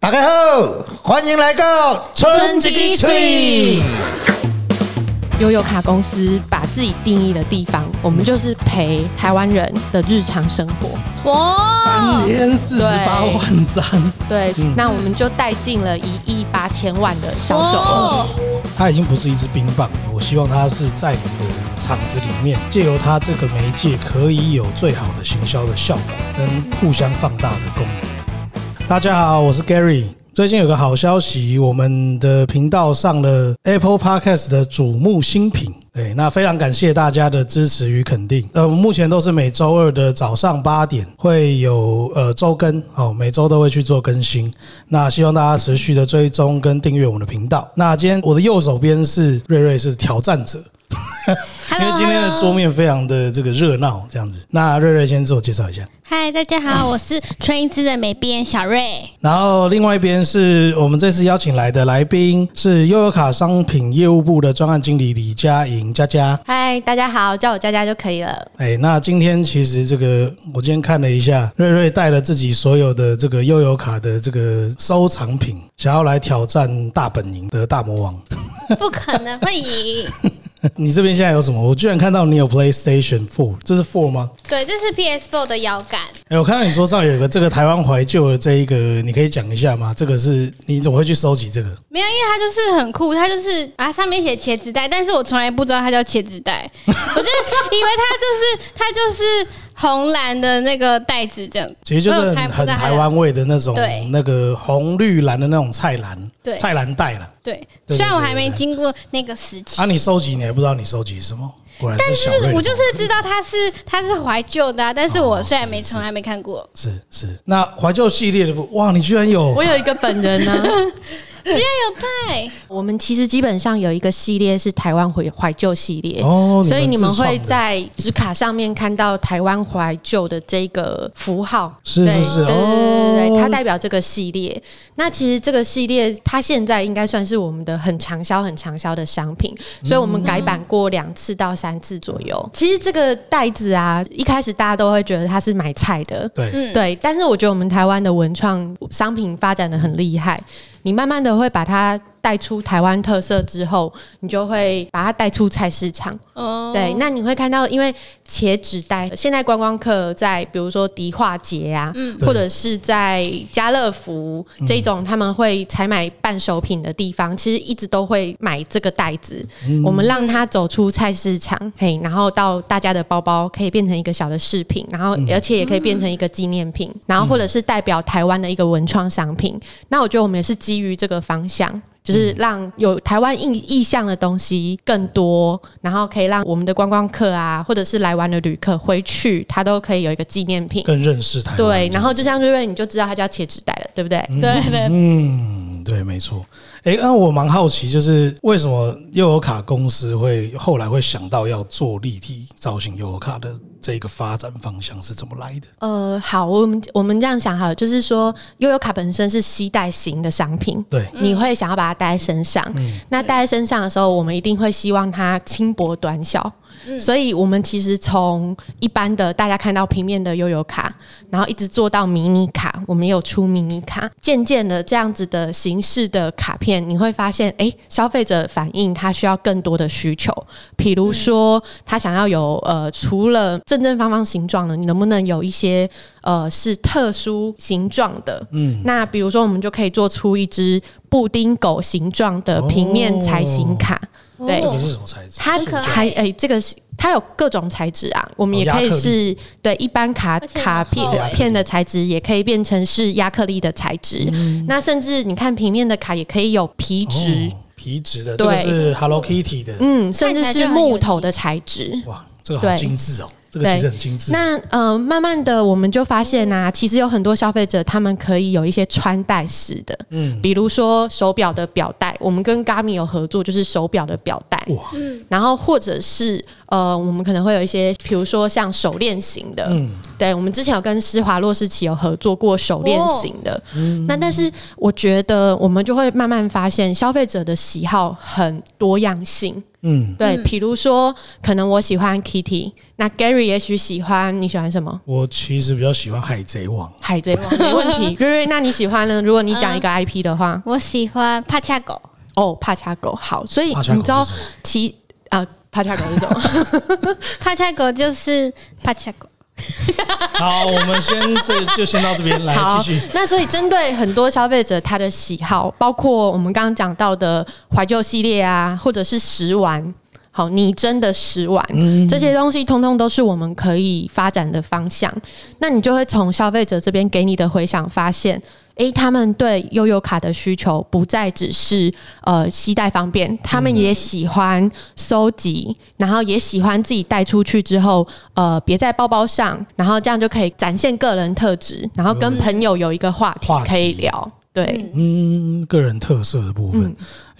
大家好，欢迎来到春之翠。悠悠卡公司把自己定义的地方，我们就是陪台湾人的日常生活。哇一！天四十八万张，对，那我们就带进了一亿八千万的销售额。哦它已经不是一支冰棒了。我希望它是在你的厂子里面，借由它这个媒介，可以有最好的行销的效果，跟互相放大的功能。大家好，我是 Gary。最近有个好消息，我们的频道上了 Apple Podcast 的瞩目新品。对，那非常感谢大家的支持与肯定。呃，我们目前都是每周二的早上八点会有呃周更哦，每周都会去做更新。那希望大家持续的追踪跟订阅我们的频道。那今天我的右手边是瑞瑞，是挑战者，因为 Hello，今天的 hello 桌面非常的这个热闹，这样子。那瑞瑞先自我介绍一下。嗨，大家嗯好，我是春一枝的美编小瑞。然后另外一边是我们这次邀请来的来宾是悠游卡商品业务部的专案经理李佳莹佳佳。嗨，大家好，叫我佳佳就可以了。哎，那今天其实这个我今天看了一下，瑞瑞带了自己所有的这个悠游卡的这个收藏品，想要来挑战大本营的大魔王。不可能会赢， 你这边现在有什么？我居然看到你有 PlayStation Four，这是 Four 吗？对，这是 PS4 的摇杆，哎、我看到你桌上有一个这个台湾怀旧的这一个，你可以讲一下吗？这个是你怎么会去收集这个？没有，因为它就是很酷，它就是啊，上面写茄子蛋，但是我从来不知道它叫茄子 蛋，我就是以为它就是它就是红蓝的那个袋子这样，其实就是我有猜很不很到它台的湾味的那种对，那个红绿蓝的那种菜篮，对菜篮袋了。对，对对虽然我对还没对经过那个时期啊，，你收集你还不知道你收集什么，果然是但小瑞是的嗯我就是知道它是它是怀旧的、啊，但是我虽然没从来没看过，哦是是。那怀旧系列的不，哇，你居然有我有一个本人啊呢、居然有带，我们其实基本上有一个系列是台湾怀怀旧系列，哦所以你们会自创的在纸卡上面看到台湾怀旧的这个符号，是对是是对对对对哦对，它代表这个系列。那其实这个系列它现在应该算是我们的很畅销、很畅销的商品，嗯所以我们改版过两次到三次左右。其实这个袋子啊，一开始大家都会觉得它是买菜的， 对、嗯，对，但是我觉得我们台湾的文创商品发展的很厉害，你慢慢的会把它带出台湾特色之后，你就会把它带出菜市场。哦对，那你会看到，因为茄子带现在观光客在比如说迪化街啊，嗯或者是在家乐福这种他们会采买伴手品的地方，其实一直都会买这个袋子。我们让它走出菜市场，嘿，然后到大家的包包可以变成一个小的饰品，然后而且也可以变成一个纪念品，然后或者是代表台湾的一个文创商品。那我觉得我们也是基于这个方向。就是让有台湾印意向的东西更多，然后可以让我们的观光客啊，或者是来玩的旅客回去，他都可以有一个纪念品。更认识台湾。对，然后就像瑞瑞，你就知道它叫茄子蛋了，对不对？对 对，嗯，对，没错。哎、那我蛮好奇，就是为什么悠游卡公司会后来会想到要做立体造型悠游卡的这个发展方向是怎么来的？呃，好，我们我们这样想好了，就是说悠游卡本身是吸带型的商品。对，你会想要把它带在身上，嗯那带在身上的时候，我们一定会希望它轻薄短小，所以我们其实从一般的大家看到平面的悠游卡，然后一直做到迷你卡，我们也有出迷你卡，渐渐的这样子的形式的卡片，你会发现，诶，消费者反映他需要更多的需求，比如说嗯他想要有呃，除了正正方方形状的，你能不能有一些呃是特殊形状的？嗯，那比如说我们就可以做出一只布丁狗形状的平面才形卡，对这哦个是什么哦材质？它很可爱还诶、这个是它有各种材质啊，我们哦也亚可以克力是对一般卡而且很卡片厚欸片的材质，也可以变成是亚克力的材质。那甚至你看平面的卡也可以有皮质，嗯哦皮质的，这个对是 Hello Kitty 的。嗯，甚至看起来是就很有木头的材质。哇，这个好精致哦，这个对其实很精致。那呃，慢慢的我们就发现啊，其实有很多消费者他们可以有一些穿戴式的，嗯，比如说手表的表带，我们跟 Gami 有合作，就是手表的表带。哇，然后或者是呃，我们可能会有一些，比如说像手链型的，嗯对，我们之前有跟施华洛世奇有合作过手链型的。嗯那但是我觉得我们就会慢慢发现，消费者的喜好很多样性。嗯，对，嗯比如说，可能我喜欢 Kitty，那 Gary 也许喜欢你喜欢什么？我其实比较喜欢海贼王。海贼王没问题，瑞瑞，那你喜欢呢？如果你讲一个 IP 的话，我喜欢帕恰狗，哦，帕恰狗，好，所以帕恰狗你知道是什么其啊，帕恰狗是什么？帕恰狗就是帕恰狗。好，我们先这就先到这边来好继续。那所以针对很多消费者他的喜好，包括我们刚刚讲到的怀旧系列啊，或者是食玩。好，你真的食玩、嗯这些东西，通通都是我们可以发展的方向。那你就会从消费者这边给你的回响发现，诶、他们对悠游卡的需求不再只是呃携带方便，他嗯们也喜欢收集，然后也喜欢自己带出去之后，呃，别在包包上，然后这样就可以展现个人特质，然后跟朋友有一个话题嗯话题可以聊。对，嗯嗯，个人特色的部分，因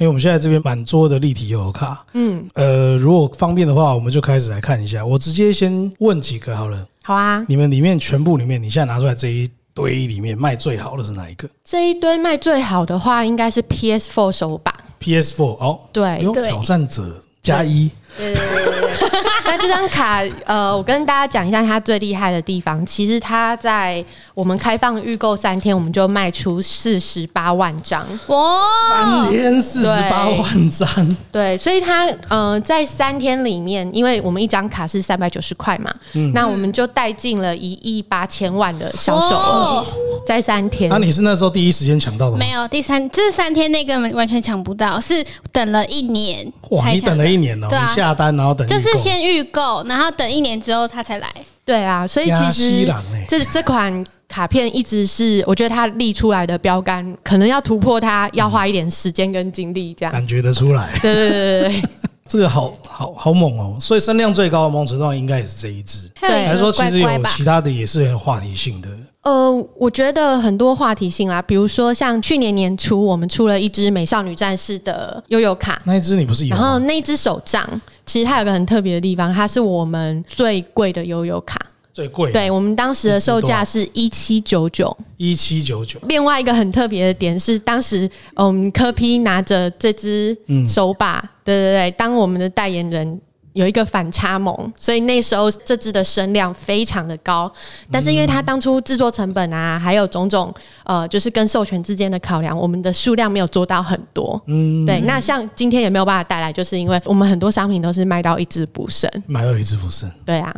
为我们现在这边满桌的立体悠游卡，嗯，呃，如果方便的话，我们就开始来看一下。我直接先问几个好了，好啊，你们里面全部里面，你现在拿出来这一堆里面卖最好的是哪一个这一堆卖最好的话应该是 PS4 手把。 ？PS4 哦，对，哟，哎对挑战者加一，对对对对对 那这张卡，呃，我跟大家讲一下它最厉害的地方。其实它在我们开放预购三天，我们就卖出四十八万张。三哇，天四十八万张，对，所以它，呃，在三天里面，因为我们一张卡是三百九十块嘛，嗯那我们就带进了一亿八千万的销售额哦，在三天。那、你是那时候第一时间抢到的吗没？有第三，这三天内根本完全抢不到，是等了一年哇，才你抢等到了一年哦、对啊你下单然后等预就购，是先预购，然后等一年之后他才来。对啊，所以压其西实郎欸这这款卡片一直是我觉得它立出来的标杆，可能要突破它，要花一点时间跟精力 这样。感觉得出来，对对对对对。这个好好好猛哦、所以声量最高的某种程度上应该也是这一支，还有一对还是个说其乖实乖有吧，其他的也是很有话题性的，呃，我觉得很多话题性啦，啊比如说像去年年初我们出了一支美少女战士的悠悠卡，那一支你不是有啊然吗？后那一只手杖，其实它有个很特别的地方，它是我们最贵的悠悠卡。最贵对我们当时的售价一是一七九九。一七九九，另外一个很特别的点是，当时嗯，柯 P 拿着这只手把，对对对，当我们的代言人。有一个反差萌，所以那时候这支的声量非常的高，但是因为它当初制作成本啊，还有种种呃，就是跟授权之间的考量，我们的数量没有做到很多。嗯，对。那像今天也没有办法带来，就是因为我们很多商品都是卖到一支不剩。买到一支不是，对啊，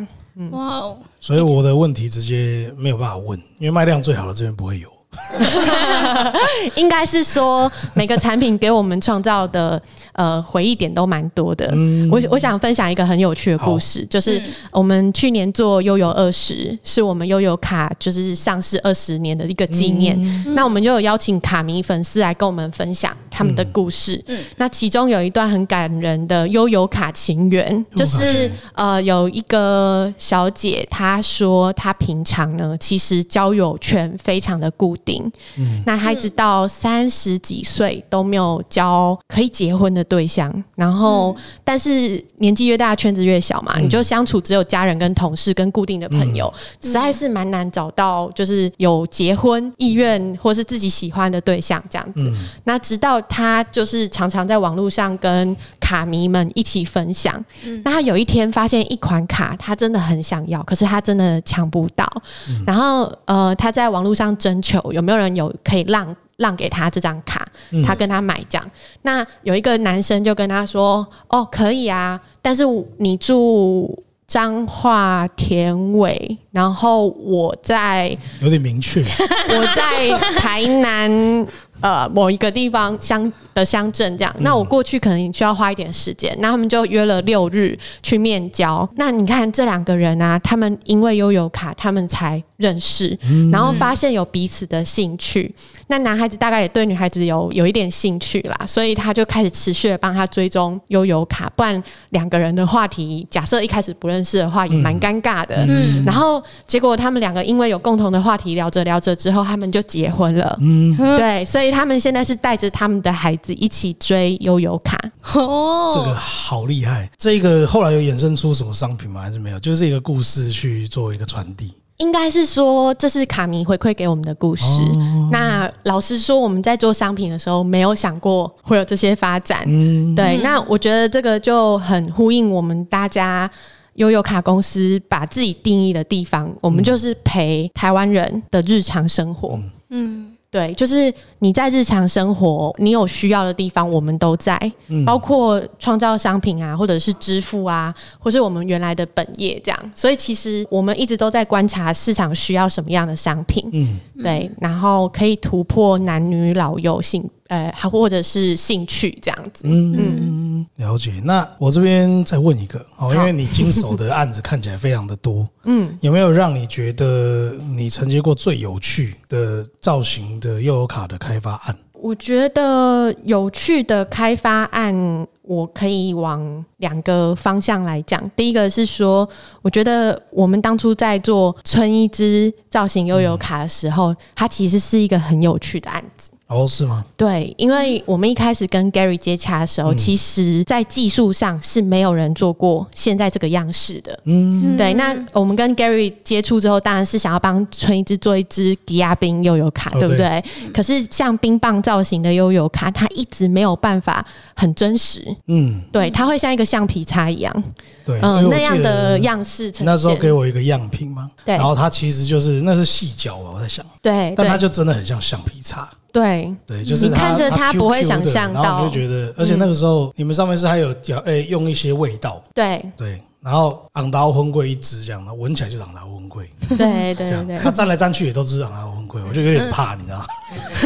哇哦，所以我的问题直接没有办法问，因为卖量最好的这边不会有。应该是说每个产品给我们创造的呃回忆点都蛮多的。嗯我我想分享一个很有趣的故事，就是我们去年做悠游二十，是我们悠游卡就是上市二十年的一个纪念。嗯那我们就有邀请卡迷粉丝来跟我们分享他们的故事。嗯嗯那其中有一段很感人的悠游卡情缘，哦悠游卡就情是缘呃有一个小姐她说她平常呢其实交友圈非常的固定，那他一直到三十几岁都没有交可以结婚的对象，然后、但是年纪越大，圈子越小嘛，你就相处只有家人跟同事跟固定的朋友，实在是蛮难找到就是有结婚意愿或是自己喜欢的对象这样子。那直到他就是常常在网络上跟卡迷们一起分享，那他有一天发现一款卡，他真的很想要，可是他真的抢不到。然后呃，他在网络上征求有没有人有可以让让给他这张卡，他跟他买这样。那有一个男生就跟他说：“哦，可以啊，但是你住彰化田尾，然后我在 有点明确，我在台南呃某一个地方乡的乡镇这样，那我过去可能需要花一点时间，那他们就约了六日去面交。那你看这两个人啊，他们因为悠游卡，他们才认识，然后发现有彼此的兴趣。那男孩子大概也对女孩子有有一点兴趣啦，所以他就开始持续的帮他追踪悠游卡，不然两个人的话题，假设一开始不认识的话，也蛮尴尬的。嗯然后结果他们两个因为有共同的话题聊着聊着之后，他们就结婚了。嗯，对，所以他们现在是带着他们的孩子一起追悠游卡。哦， 这个好厉害。这个后来有衍生出什么商品吗？还是没有？就是一个故事去做一个传递。应该是说这是卡迷回馈给我们的故事。那老实说，我们在做商品的时候，没有想过会有这些发展。嗯，对，那我觉得这个就很呼应我们大家。悠游卡公司把自己定义的地方，我们就是陪台湾人的日常生活。嗯，对，就是你在日常生活，你有需要的地方，我们都在，包括创造商品啊，或者是支付啊，或是我们原来的本业这样。所以其实我们一直都在观察市场需要什么样的商品，嗯，对，然后可以突破男女老幼性，呃，还或者是兴趣这样子。嗯，了解。那我这边再问一个哦，因为你经手的案子看起来非常的多，嗯，有没有让你觉得你承接过最有趣的造型的悠游卡的开发案？我觉得有趣的开发案，我可以往两个方向来讲。第一个是说，我觉得我们当初在做春一之造型悠游卡的时候，它其实是一个很有趣的案子。哦，是吗？对，因为我们一开始跟 Gary 接洽的时候，其实在技术上是没有人做过现在这个样式的。嗯，对，那我们跟 Gary 接触之后，当然是想要帮春一之做一支迪亚冰悠游卡，哦对不对？对可是像冰棒造型的悠游卡，它一直没有办法很真实，嗯，对，它会像一个橡皮擦一样，对，因为嗯，我那样记的得样式呈现。那时候给我一个样品嘛，对然后它其实就是那是细胶吧，我在想，对但它对就真的很像橡皮擦。对对，就是你看着它它 QQ 不会的想象然后到你就觉得，而且那个时候你们上面是还有讲，诶、用一些味道，对对，然后昂达荤贵一只这样的，闻起来就是昂达荤贵，对对这对样对，它站来站去也都是昂达荤贵，我就有点怕，你知道吗？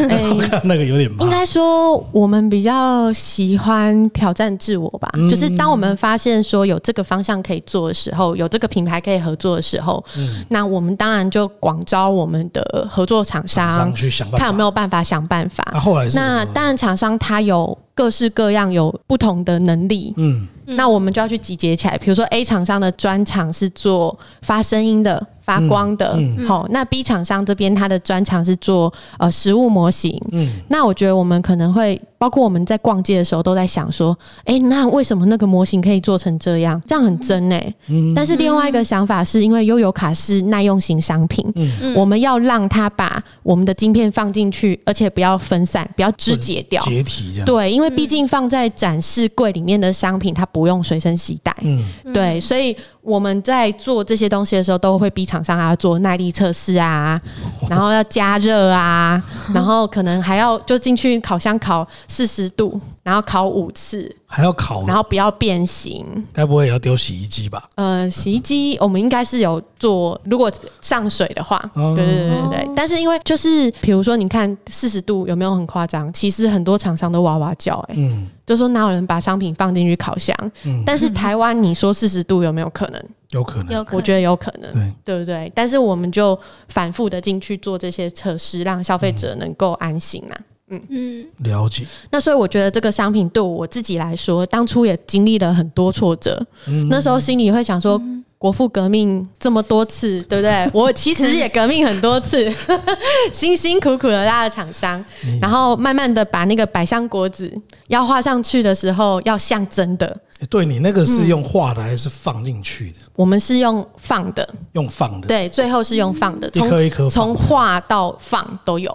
哎我看那个有点怕应，该说，我们比较喜欢挑战自我吧。嗯就是当我们发现说有这个方向可以做的时候，有这个品牌可以合作的时候，嗯那我们当然就广招我们的合作厂商，上去想办法，看有没有办法想办法。啊？后来是那怎么当然，厂商他有各式各样有不同的能力，嗯那我们就要去集结起来。比如说 A 厂商的专长是做发声音的、发光的，好、嗯那 B 厂商这边他的专长是做呃实物模型，嗯那我觉得我们可能会，包括我们在逛街的时候都在想说，哎、那为什么那个模型可以做成这样？这样很真哎、嗯但是另外一个想法是因为悠游卡是耐用型商品，嗯，我们要让它把我们的晶片放进去，而且不要分散，不要肢解掉。解体这样，对，因为毕竟放在展示柜里面的商品，它不用随身携带。嗯对，所以我们在做这些东西的时候，都会逼厂商啊做耐力测试 啊，然后要加热啊，然后可能还要就进去烤箱烤四十度，然后烤五次，还要烤，然后不要变形。该不会也要丢洗衣机吧？呃，洗衣机我们应该是有做，如果上水的话，哦对对对对对。但是因为就是比如说，你看四十度有没有很夸张？其实很多厂商都哇哇叫、欸，哎，嗯就说哪有人把商品放进去烤箱？嗯，但是台湾你说四十度有没有可能？有可能，嗯有可能我觉得有可能，对，对不对？但是我们就反复的进去做这些测试，让消费者能够安心啦。嗯了解，那所以我觉得这个商品对我自己来说，当初也经历了很多挫折。嗯那时候心里会想说，国父革命这么多次，对不 对？我其实也革命很多次， 辛辛苦苦的拉了厂商，嗯然后慢慢的把那个百香果子要画上去的时候，要像真的。诶欸对你那个嗯是用画的还是放进去的？我们是用放的，用放的，对，最后是用放的，一从颗一颗放从画到放都有。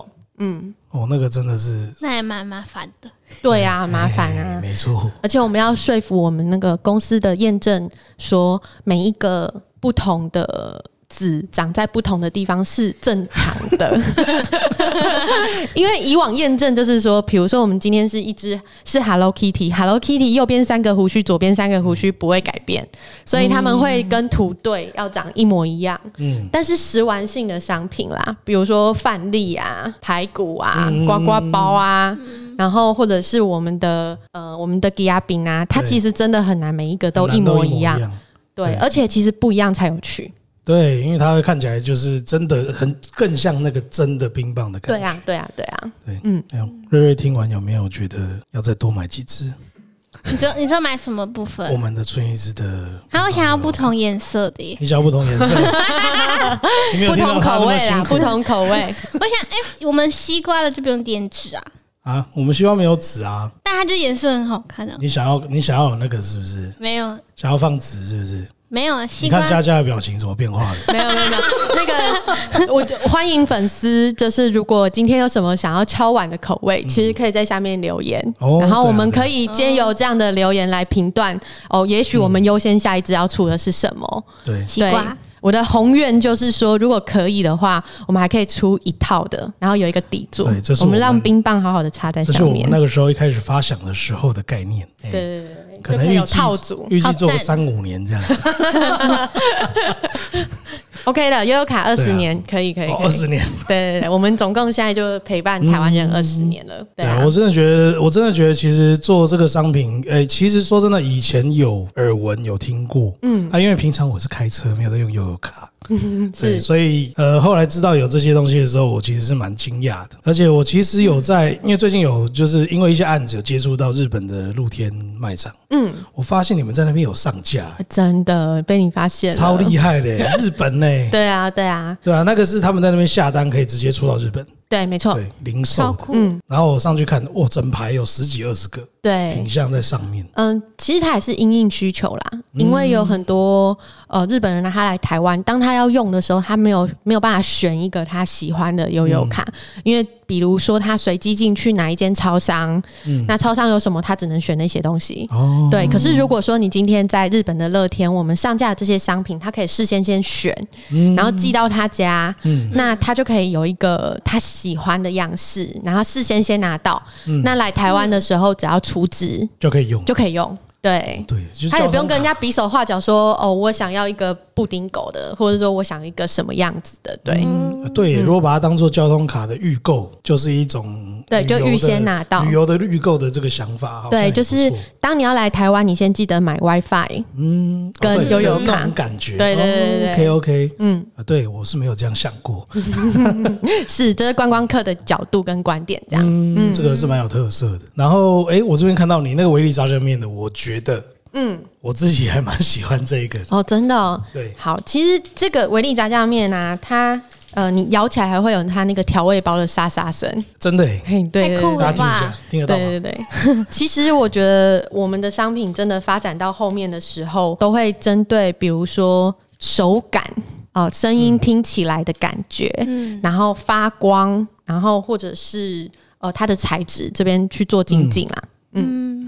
哦，那个真的是那也蛮麻烦的。对啊，麻烦哎啊！没错，而且我们要说服我们那个公司的验证，说每一个不同的籽长在不同的地方是正常 的。因为以往验证就是说，比如说我们今天是一只是 Hello Kitty，Hello Kitty 右边三个胡须，左边三个胡须不会改变，所以他们会跟图对要长一模一样。嗯，但是食玩性的商品啦，比如说饭粒啊、排骨啊嗯、呱呱包啊，然后或者是我们的呃我们的吉亚饼啊，它对其实真的很难每一个 都难一模一一样，。对对，而且其实不一样才有趣。对，因为它会看起来就是真的很更像那个真的冰棒的感对觉。啊，对啊，对啊，哎呦，瑞瑞听完有没有觉得要再多买几只你知道你知道买什么部我分？们的春一枝的？还有想要不，同颜色的耶。 你想要不同 颜色，你没有不听到同他那口么味啦辛，苦不同口味。我想，哎、我们西瓜的就不用点纸啊，啊！我们希望没有纸啊，但它就颜色很好看啊。你想要你想要有那个是不是？没有，想要放纸是不是？没有啊西你瓜看佳佳的表情怎么变化的？没有没有没有，那个我就欢迎粉丝，就是如果今天有什么想要敲碗的口味，其实可以在下面留言，嗯哦然后我们对啊可以借由这样的留言来评断哦，也许我们优先下一支要出的是什么？对，西瓜。我的宏愿就是说，如果可以的话，我们还可以出一套的，然后有一个底座对这，是我我们们让冰棒好好的插在这是上我们面。那个时候一开始发想的时候的概念。哎对对对对，可就能以预有计套组预计做个好赞三五年 这样， ，OK 的，悠悠卡二对十啊年，可以可以，可以二十年。对对对，我们总共现在就陪伴台湾人二十年了。对啊啊，我真的觉得，我真的觉得，其实做这个商品，诶、其实说真的，以前有耳闻，有听过，嗯，啊，因为平常我是开车，没有在用悠游卡，嗯对， 是所以呃，后来知道有这些东西的时候，我其实是蛮惊讶的，而且我其实嗯有在，因为最近有就是因为一些案子有接触到日本的露天卖场，嗯，我发现你们在那边有上架，真的被你发现了，超厉害的、日本呢、对啊，对啊，对啊，那个是他们在那边下单可以直接出到日本，对，没错，嗯对，零售超的。酷，然后我上去看，哇，整排有十几二十个对品。相在上面。嗯，其实它也是因应需求嗯啦，因为有很多呃日本人呢，他来台湾，当他要用的时候，他没有没有办法选一个他喜欢的悠游卡，嗯因为比如说他随机进去哪一间超商，嗯那超商有什么，他只能选那些东西。哦，对，可是如果说你今天在日本的乐天，我们上架的这些商品，他可以事先先选，嗯然后寄到他家，那他就可以有一个他喜欢的样式，然后事先先拿到。嗯那来台湾的时候，只要储值就可以用。就可以用。对，对，就是他也不用交跟通人卡家比手画脚说哦，我想要一个布丁狗的，或者说我想一个什么样子的。对，呃对，嗯如果把它当做交通卡的预购，就是一种对就旅游的预先拿到旅游的预购的这个想法。好像对，也不就错是当你要来台湾，你先记得买 WiFi。嗯，跟哦对悠游有那卡种感觉。对对对对对 OK OK，嗯，呃对我是没有这样想过。是，这、是观光客的角度跟观点这样。嗯，这个是蛮有特色的。然后，哎，我这边看到你那个维力炸酱面的，我觉得，嗯，我自己还蛮喜欢这个的。哦，真的、哦。对，好，其实这个维力炸酱面啊，它呃，你咬起来还会有它那个调味包的沙沙声。真的诶，嘿，对对太酷了对大家听一哇下，听得到吗？对对对， 其实我觉得我们的商品真的发展到后面的时候，都会针对比如说手感哦、呃声音听起来的感觉，嗯，然后发光，然后或者是呃它的材质这边去做精进啦。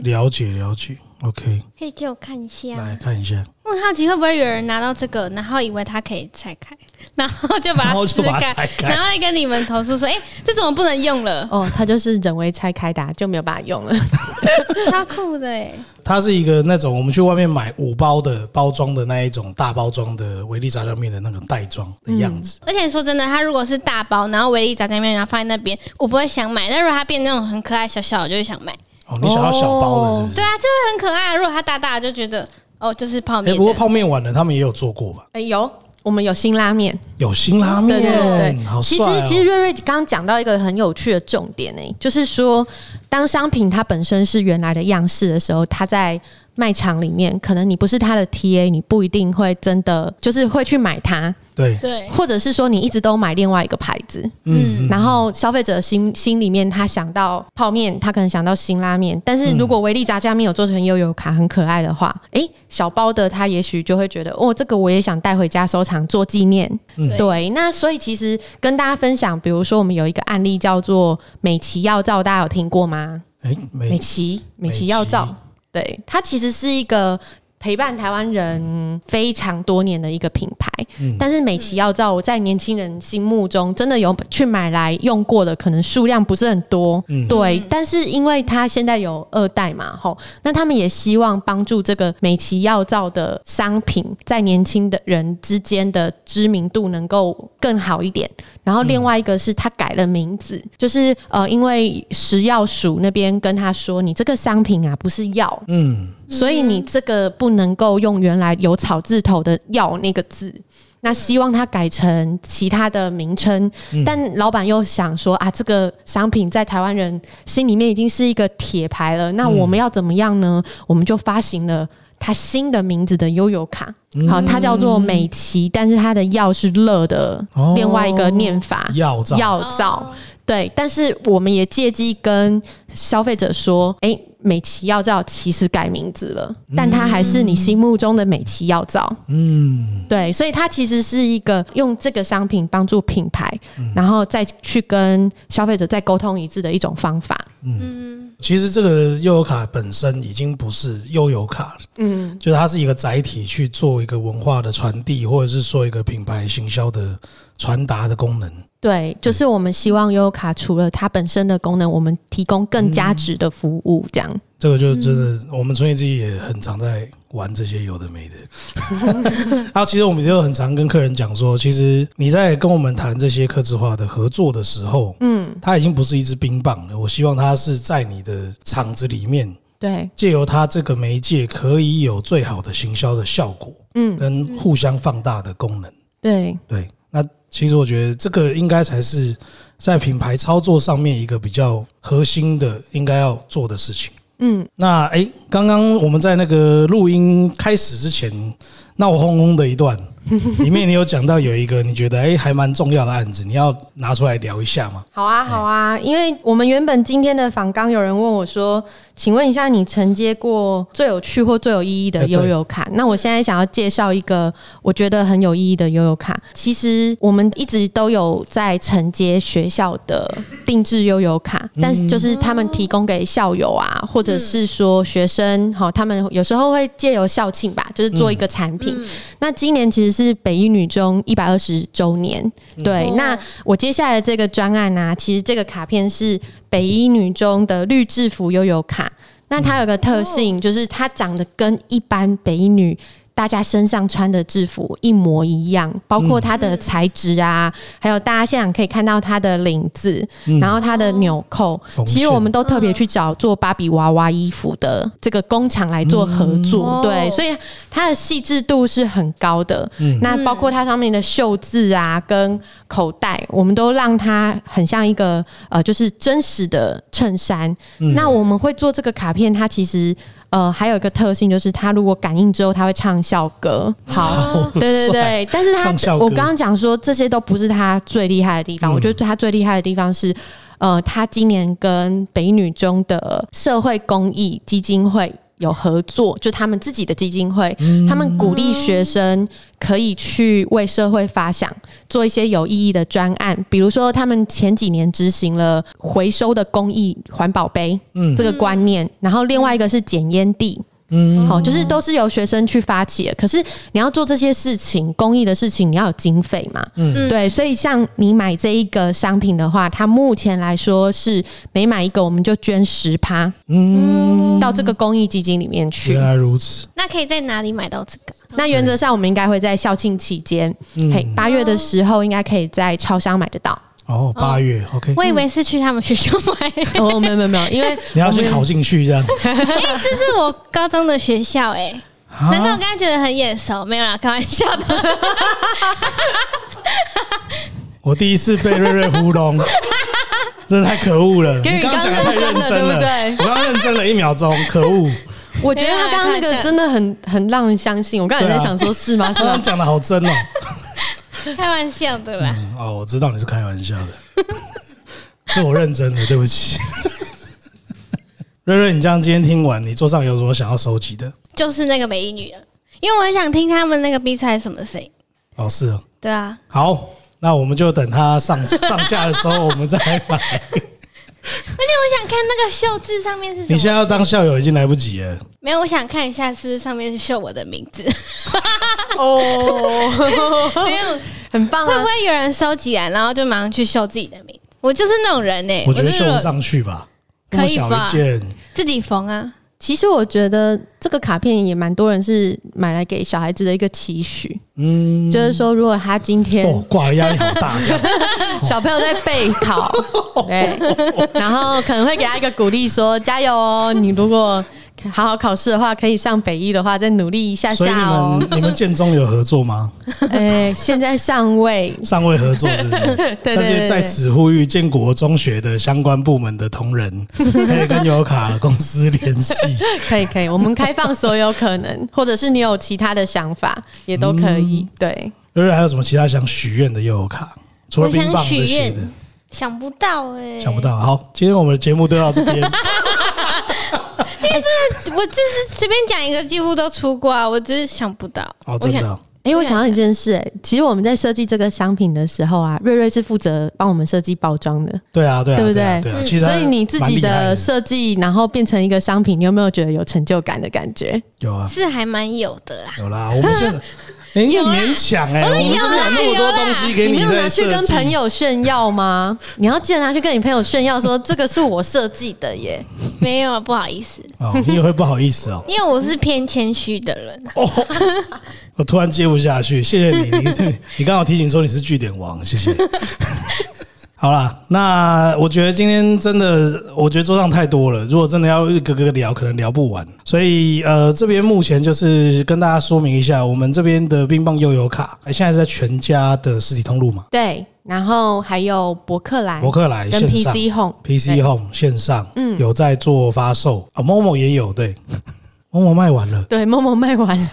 了解了解，OK，可以借我看一来下。看一下，我很好奇会不会有人拿到这个，然后以为它可以拆开， 然后就把然后它就撕把它开，拆开然。后再跟你们投诉说，哎，这怎么不能用了？哦，它就是人为拆开的啊、就没有办法用了。 超酷的哎！它是一个那种我们去外面买五包的包装的那一种大包装的维力炸酱面的那种袋装的样子。而且说真的，它如果是大包，然后维力炸酱面，然后放在那边，我不会想买。但如果它变那种很可爱小小的，我就会想买。哦，你想要小包的，是不是？对啊，就是很可爱。如果它大大的，就觉得哦，就是泡哎、面。不过泡面碗呢，他们也有做过吧？哎、有我们有辛拉面。有辛拉面，对对对好其帅、实哦！，其实瑞瑞刚刚讲到一个很有趣的重点呢、就是说，当商品它本身是原来的样式的时候，它在卖场里面，可能你不是它的 TA，你不一定会真的就是会去买它，对，对，或者是说你一直都买另外一个牌子，嗯，然后消费者心心里面他想到泡面，他可能想到辛拉面，但是如果维力炸酱面有做成悠游卡很可爱的话，诶，小包的他也许就会觉得哦，这个我也想带回家收藏做纪念。嗯对，那所以其实跟大家分享，比如说我们有一个案例叫做美琪药皂，大家有听过吗？哎、美没琪，美美琪药皂琪，对，它其实是一个陪伴台湾人非常多年的一个品牌。但是美琪药皂，我在年轻人心目中真的有去买来用过的，可能数量不是很多，嗯对。但是因为它现在有二代嘛，吼，那他们也希望帮助这个美琪药皂的商品在年轻的人之间的知名度能够更好一点。然后另外一个是他改了名字，就是呃，因为食药署那边跟他说，你这个商品啊不是药，嗯，所以你这个不能够用原来有草字头的“药”那个字。那希望它改成其他的名称，但老板又想说啊，这个商品在台湾人心里面已经是一个铁牌了，那我们要怎么样呢？我们就发行了它新的名字的悠游卡，好，它叫做美琪，但是它的“药”是“乐”的哦另外一个念法，药皂嗯啊药皂。对，但是我们也借机跟消费者说，哎、美琪药皂其实改名字了，但它还是你心目中的美琪药皂。嗯，对，所以它其实是一个用这个商品帮助品牌，然后再去跟消费者再沟通一致的一种方法。其实这个悠游卡本身已经不是悠游卡了，嗯，就是它是一个载体去做一个文化的传递，或者是说一个品牌行销的传达的功能。对，就是我们希望悠游卡除了它本身的功能，我们提供更加值的服务，这样。这个就真的，我们春叶自己也很常在玩这些有的没的。 然后其实我们就很常跟客人讲说，其实你在跟我们谈这些客制化的合作的时候，嗯，它已经不是一支冰棒了。我希望它是在你的厂子里面，对，借由它这个媒介，可以有最好的行销的效果，嗯，跟互相放大的功能。对，对，那其实我觉得这个应该才是在品牌操作上面一个比较核心的应该要做的事情。嗯，那诶，刚刚我们在那个录音开始之前闹哄哄的一 段，里面你有讲到有一个你觉得诶还蛮重要的案子，你要拿出来聊一下吗？好啊，好啊，因为我们原本今天的访刚有人问我说，请问一下你承接过最有趣或最有意义的悠游卡？那我现在想要介绍一个我觉得很有意义的悠游卡。其实我们一直都有在承接学校的定制悠游卡，但是就是他们提供给校友啊，或者是说学生，好，他们有时候会借由校庆吧，就是做一个产品。嗯那今年其实是北一女中一百二十周年，对，哦那我接下来这个专案啊，其实这个卡片是北一女中的绿制服悠游卡。那它有个特性，就是它长得跟一般北一女大家身上穿的制服一模一样，包括它的材质啊，还有大家现场可以看到它的领子，嗯然后它的纽扣缝。其实线我们都特别去找做芭比娃娃衣服的这个工厂来做合嗯作，对，哦所以它的细致度是很高的。嗯那包括它上面的袖子啊，跟口袋，我们都让它很像一个呃，就是真实的衬衫。嗯那我们会做这个卡片，它其实。呃，还有一个特性就是，它如果感应之后，它会唱校歌。好， 对对对，但是唱它校歌我刚刚讲说，这些都不是它最厉害的地方。嗯我觉得它最厉害的地方是，呃，它今年跟北女中的社会公益基金会有合作，就他们自己的基金会，嗯他们鼓励学生可以去为社会发想，做一些有意义的专案。比如说，他们前几年执行了回收的公益环保杯，嗯这个观念，然后另外一个是捡烟蒂。嗯好，就是都是由学生去发起的。可是你要做这些事情，公益的事情，你要有经费嘛？嗯对，所以像你买这一个商品的话，它目前来说是每买一个我们就捐十趴嗯，啊到这个公益基金里面去原。来如此，那可以在哪里买到这个？那原则上我们应该会在校庆期间，嗯嘿，八月的时候应该可以在超商买得到。哦，八月嗯 OK，我以为是去他们学校 买， 哦，没有没有没有，因为你要我们先考进去 这样，哎这是我高中的学校哎、啊难怪我刚才觉得很眼熟，没有啦，开玩笑的。 我第一次被瑞瑞糊弄，真的太可恶了！给予你刚讲的刚太认认真真了了，对不我刚认真了一秒钟，可恶！我觉得他刚刚那个真的很很让人相信。我刚才啊在想说，是啊吗？是刚吗刚？讲的好真哦。开玩笑的啦。嗯哦，我知道你是开玩笑的， 是我认真的，对不起。瑞瑞，你这样今天听完，你桌上有什么想要收集的？就是那个美女了，因为我很想听他们那个比出来什么声音。哦，是哦，对啊，好，那我们就等它上上架的时候，我们再买。而且我想看那个秀字上面是你什现么。在要当校友已经来不及了，没有，我想看一下是不是上面是秀我的名 字。 哦，没有，很棒会啊不！会有人收集来，然后就马上去秀自己的名字？我就是那种人呢、我觉就得是秀不上去吧，那可么以小吧一件，自己缝啊。其实我觉得这个卡片也蛮多人是买来给小孩子的一个期许，嗯，就是说，如果他今天哦，挂的压力好大。小朋友在备考，哦对，然后可能会给他一个鼓励，说加油哦！你如果好好考试的话，可以上北一的话，再努力一下所以你下哦们。你们建中有合作 吗？哎，现在上位，尚未合作是不 对是？对但对是在对，此呼吁建国中学的相关部门的 同仁，可以跟尤卡公司联系。可以可以，我们开放所有可能，或者是你有其他的想法也都嗯可以。对，瑞瑞还有什么其他想许愿的尤卡？除了我想冰棒这许些愿的，想不到哎、想不到，好，今天我们的节目就到这边。我哎这是随便讲一个，几乎都出过啊，我只是想不到。哦，我真想的哦，哎、我想到一件事、哎，其实我们在设计这个商品的时候啊，瑞瑞是负责帮我们设计包装的，对啊，对啊，对不对啊？对对啊，嗯其实所还以你自己蛮厉害的设计，然后变成一个商品，你有没有觉得有成就感的感觉？有啊，是还蛮有的啦。有啦，我们 现在。哎，你勉强哎，我我们说真有的啦有那么多东西给你没有在拿去跟设计朋友炫耀吗？ 你要记得拿去跟你朋友炫耀说这个是我设计的耶。没有，啊不好意思，哦，你也会不好意思哦。因为我是偏谦虚的人。啊哦， 我突然接不下去，谢谢你，你 你刚好提醒说你是据点王，谢 谢。好啦，那我觉得今天真的，我觉得桌上太多了，如果真的要一个个聊，可能聊不完。所以呃，这边目前就是跟大家说明一下，我们这边的冰棒悠游卡哎现在是在全家的实体通路嘛，对，然后还有博客来、博客来嗯跟线上。 PC Home。 PC 对 Home 线上，嗯有在做发售啊，Momo 也有，对 ，Momo 卖完了，对，默默卖完了，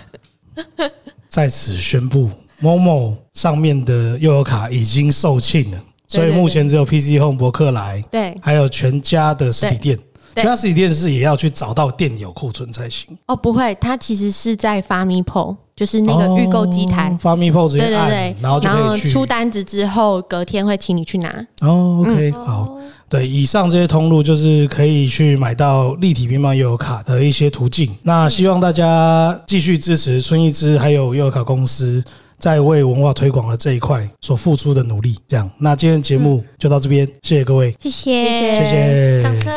在此宣布，Momo 上面的悠游卡已经售罄了，所以对对目前只有 PC Home 博客来，对还有全家的实体店，对全家实体店是也要去找到店有库存才行。哦，不会，它其实是在 Famipol，就是那个预购机台，哦发密 PO 直对接对按，对，然后就可以去出单子之后，隔天会请你去拿。哦，OK，、好，嗯对，以上这些通路就是可以去买到立体乒乓悠游卡的一些途径。那希望大家继续支持春一枝还有悠游卡公司在为文化推广的这一块所付出的努力。这样，那今天的节目就到这边，谢谢各位，谢谢，谢谢，掌声。